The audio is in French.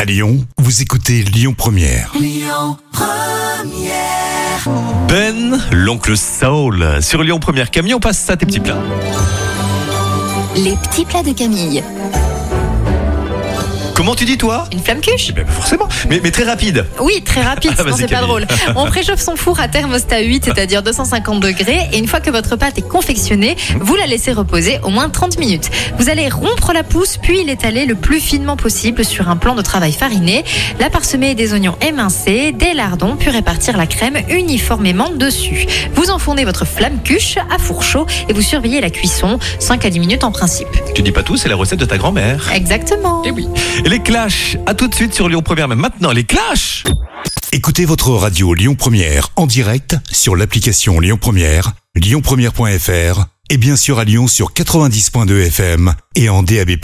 À Lyon, vous écoutez Lyon Première. Ben, l'oncle Saul. Sur Lyon Première Camille, on passe ça tes petits plats. Les petits plats de Camille. Comment tu dis toi Une flamme cuche Eh bien, forcément, mais, mais très rapide. Oui, très rapide, Ah, sinon vas-y, c'est pas Camille. drôle. On préchauffe son four à thermostat 8, c'est-à-dire 250 degrés, et une fois que votre pâte est confectionnée, vous la laissez reposer au moins 30 minutes. Vous allez rompre la pousse, puis l'étaler le plus finement possible sur un plan de travail fariné, la parsemer des oignons émincés, des lardons, puis répartir la crème uniformément dessus. Vous enfournez votre flamme cuche à four chaud et vous surveillez la cuisson, 5 à 10 minutes en principe. Tu dis pas tout, c'est la recette de ta grand-mère. Exactement. Eh oui. Et les clashs, à tout de suite sur Lyon Première, mais maintenant les clashs. Écoutez votre radio Lyon Première en direct sur l'application Lyon Première, lyonpremière.fr et bien sûr à Lyon sur 90.2 FM et en DAB+.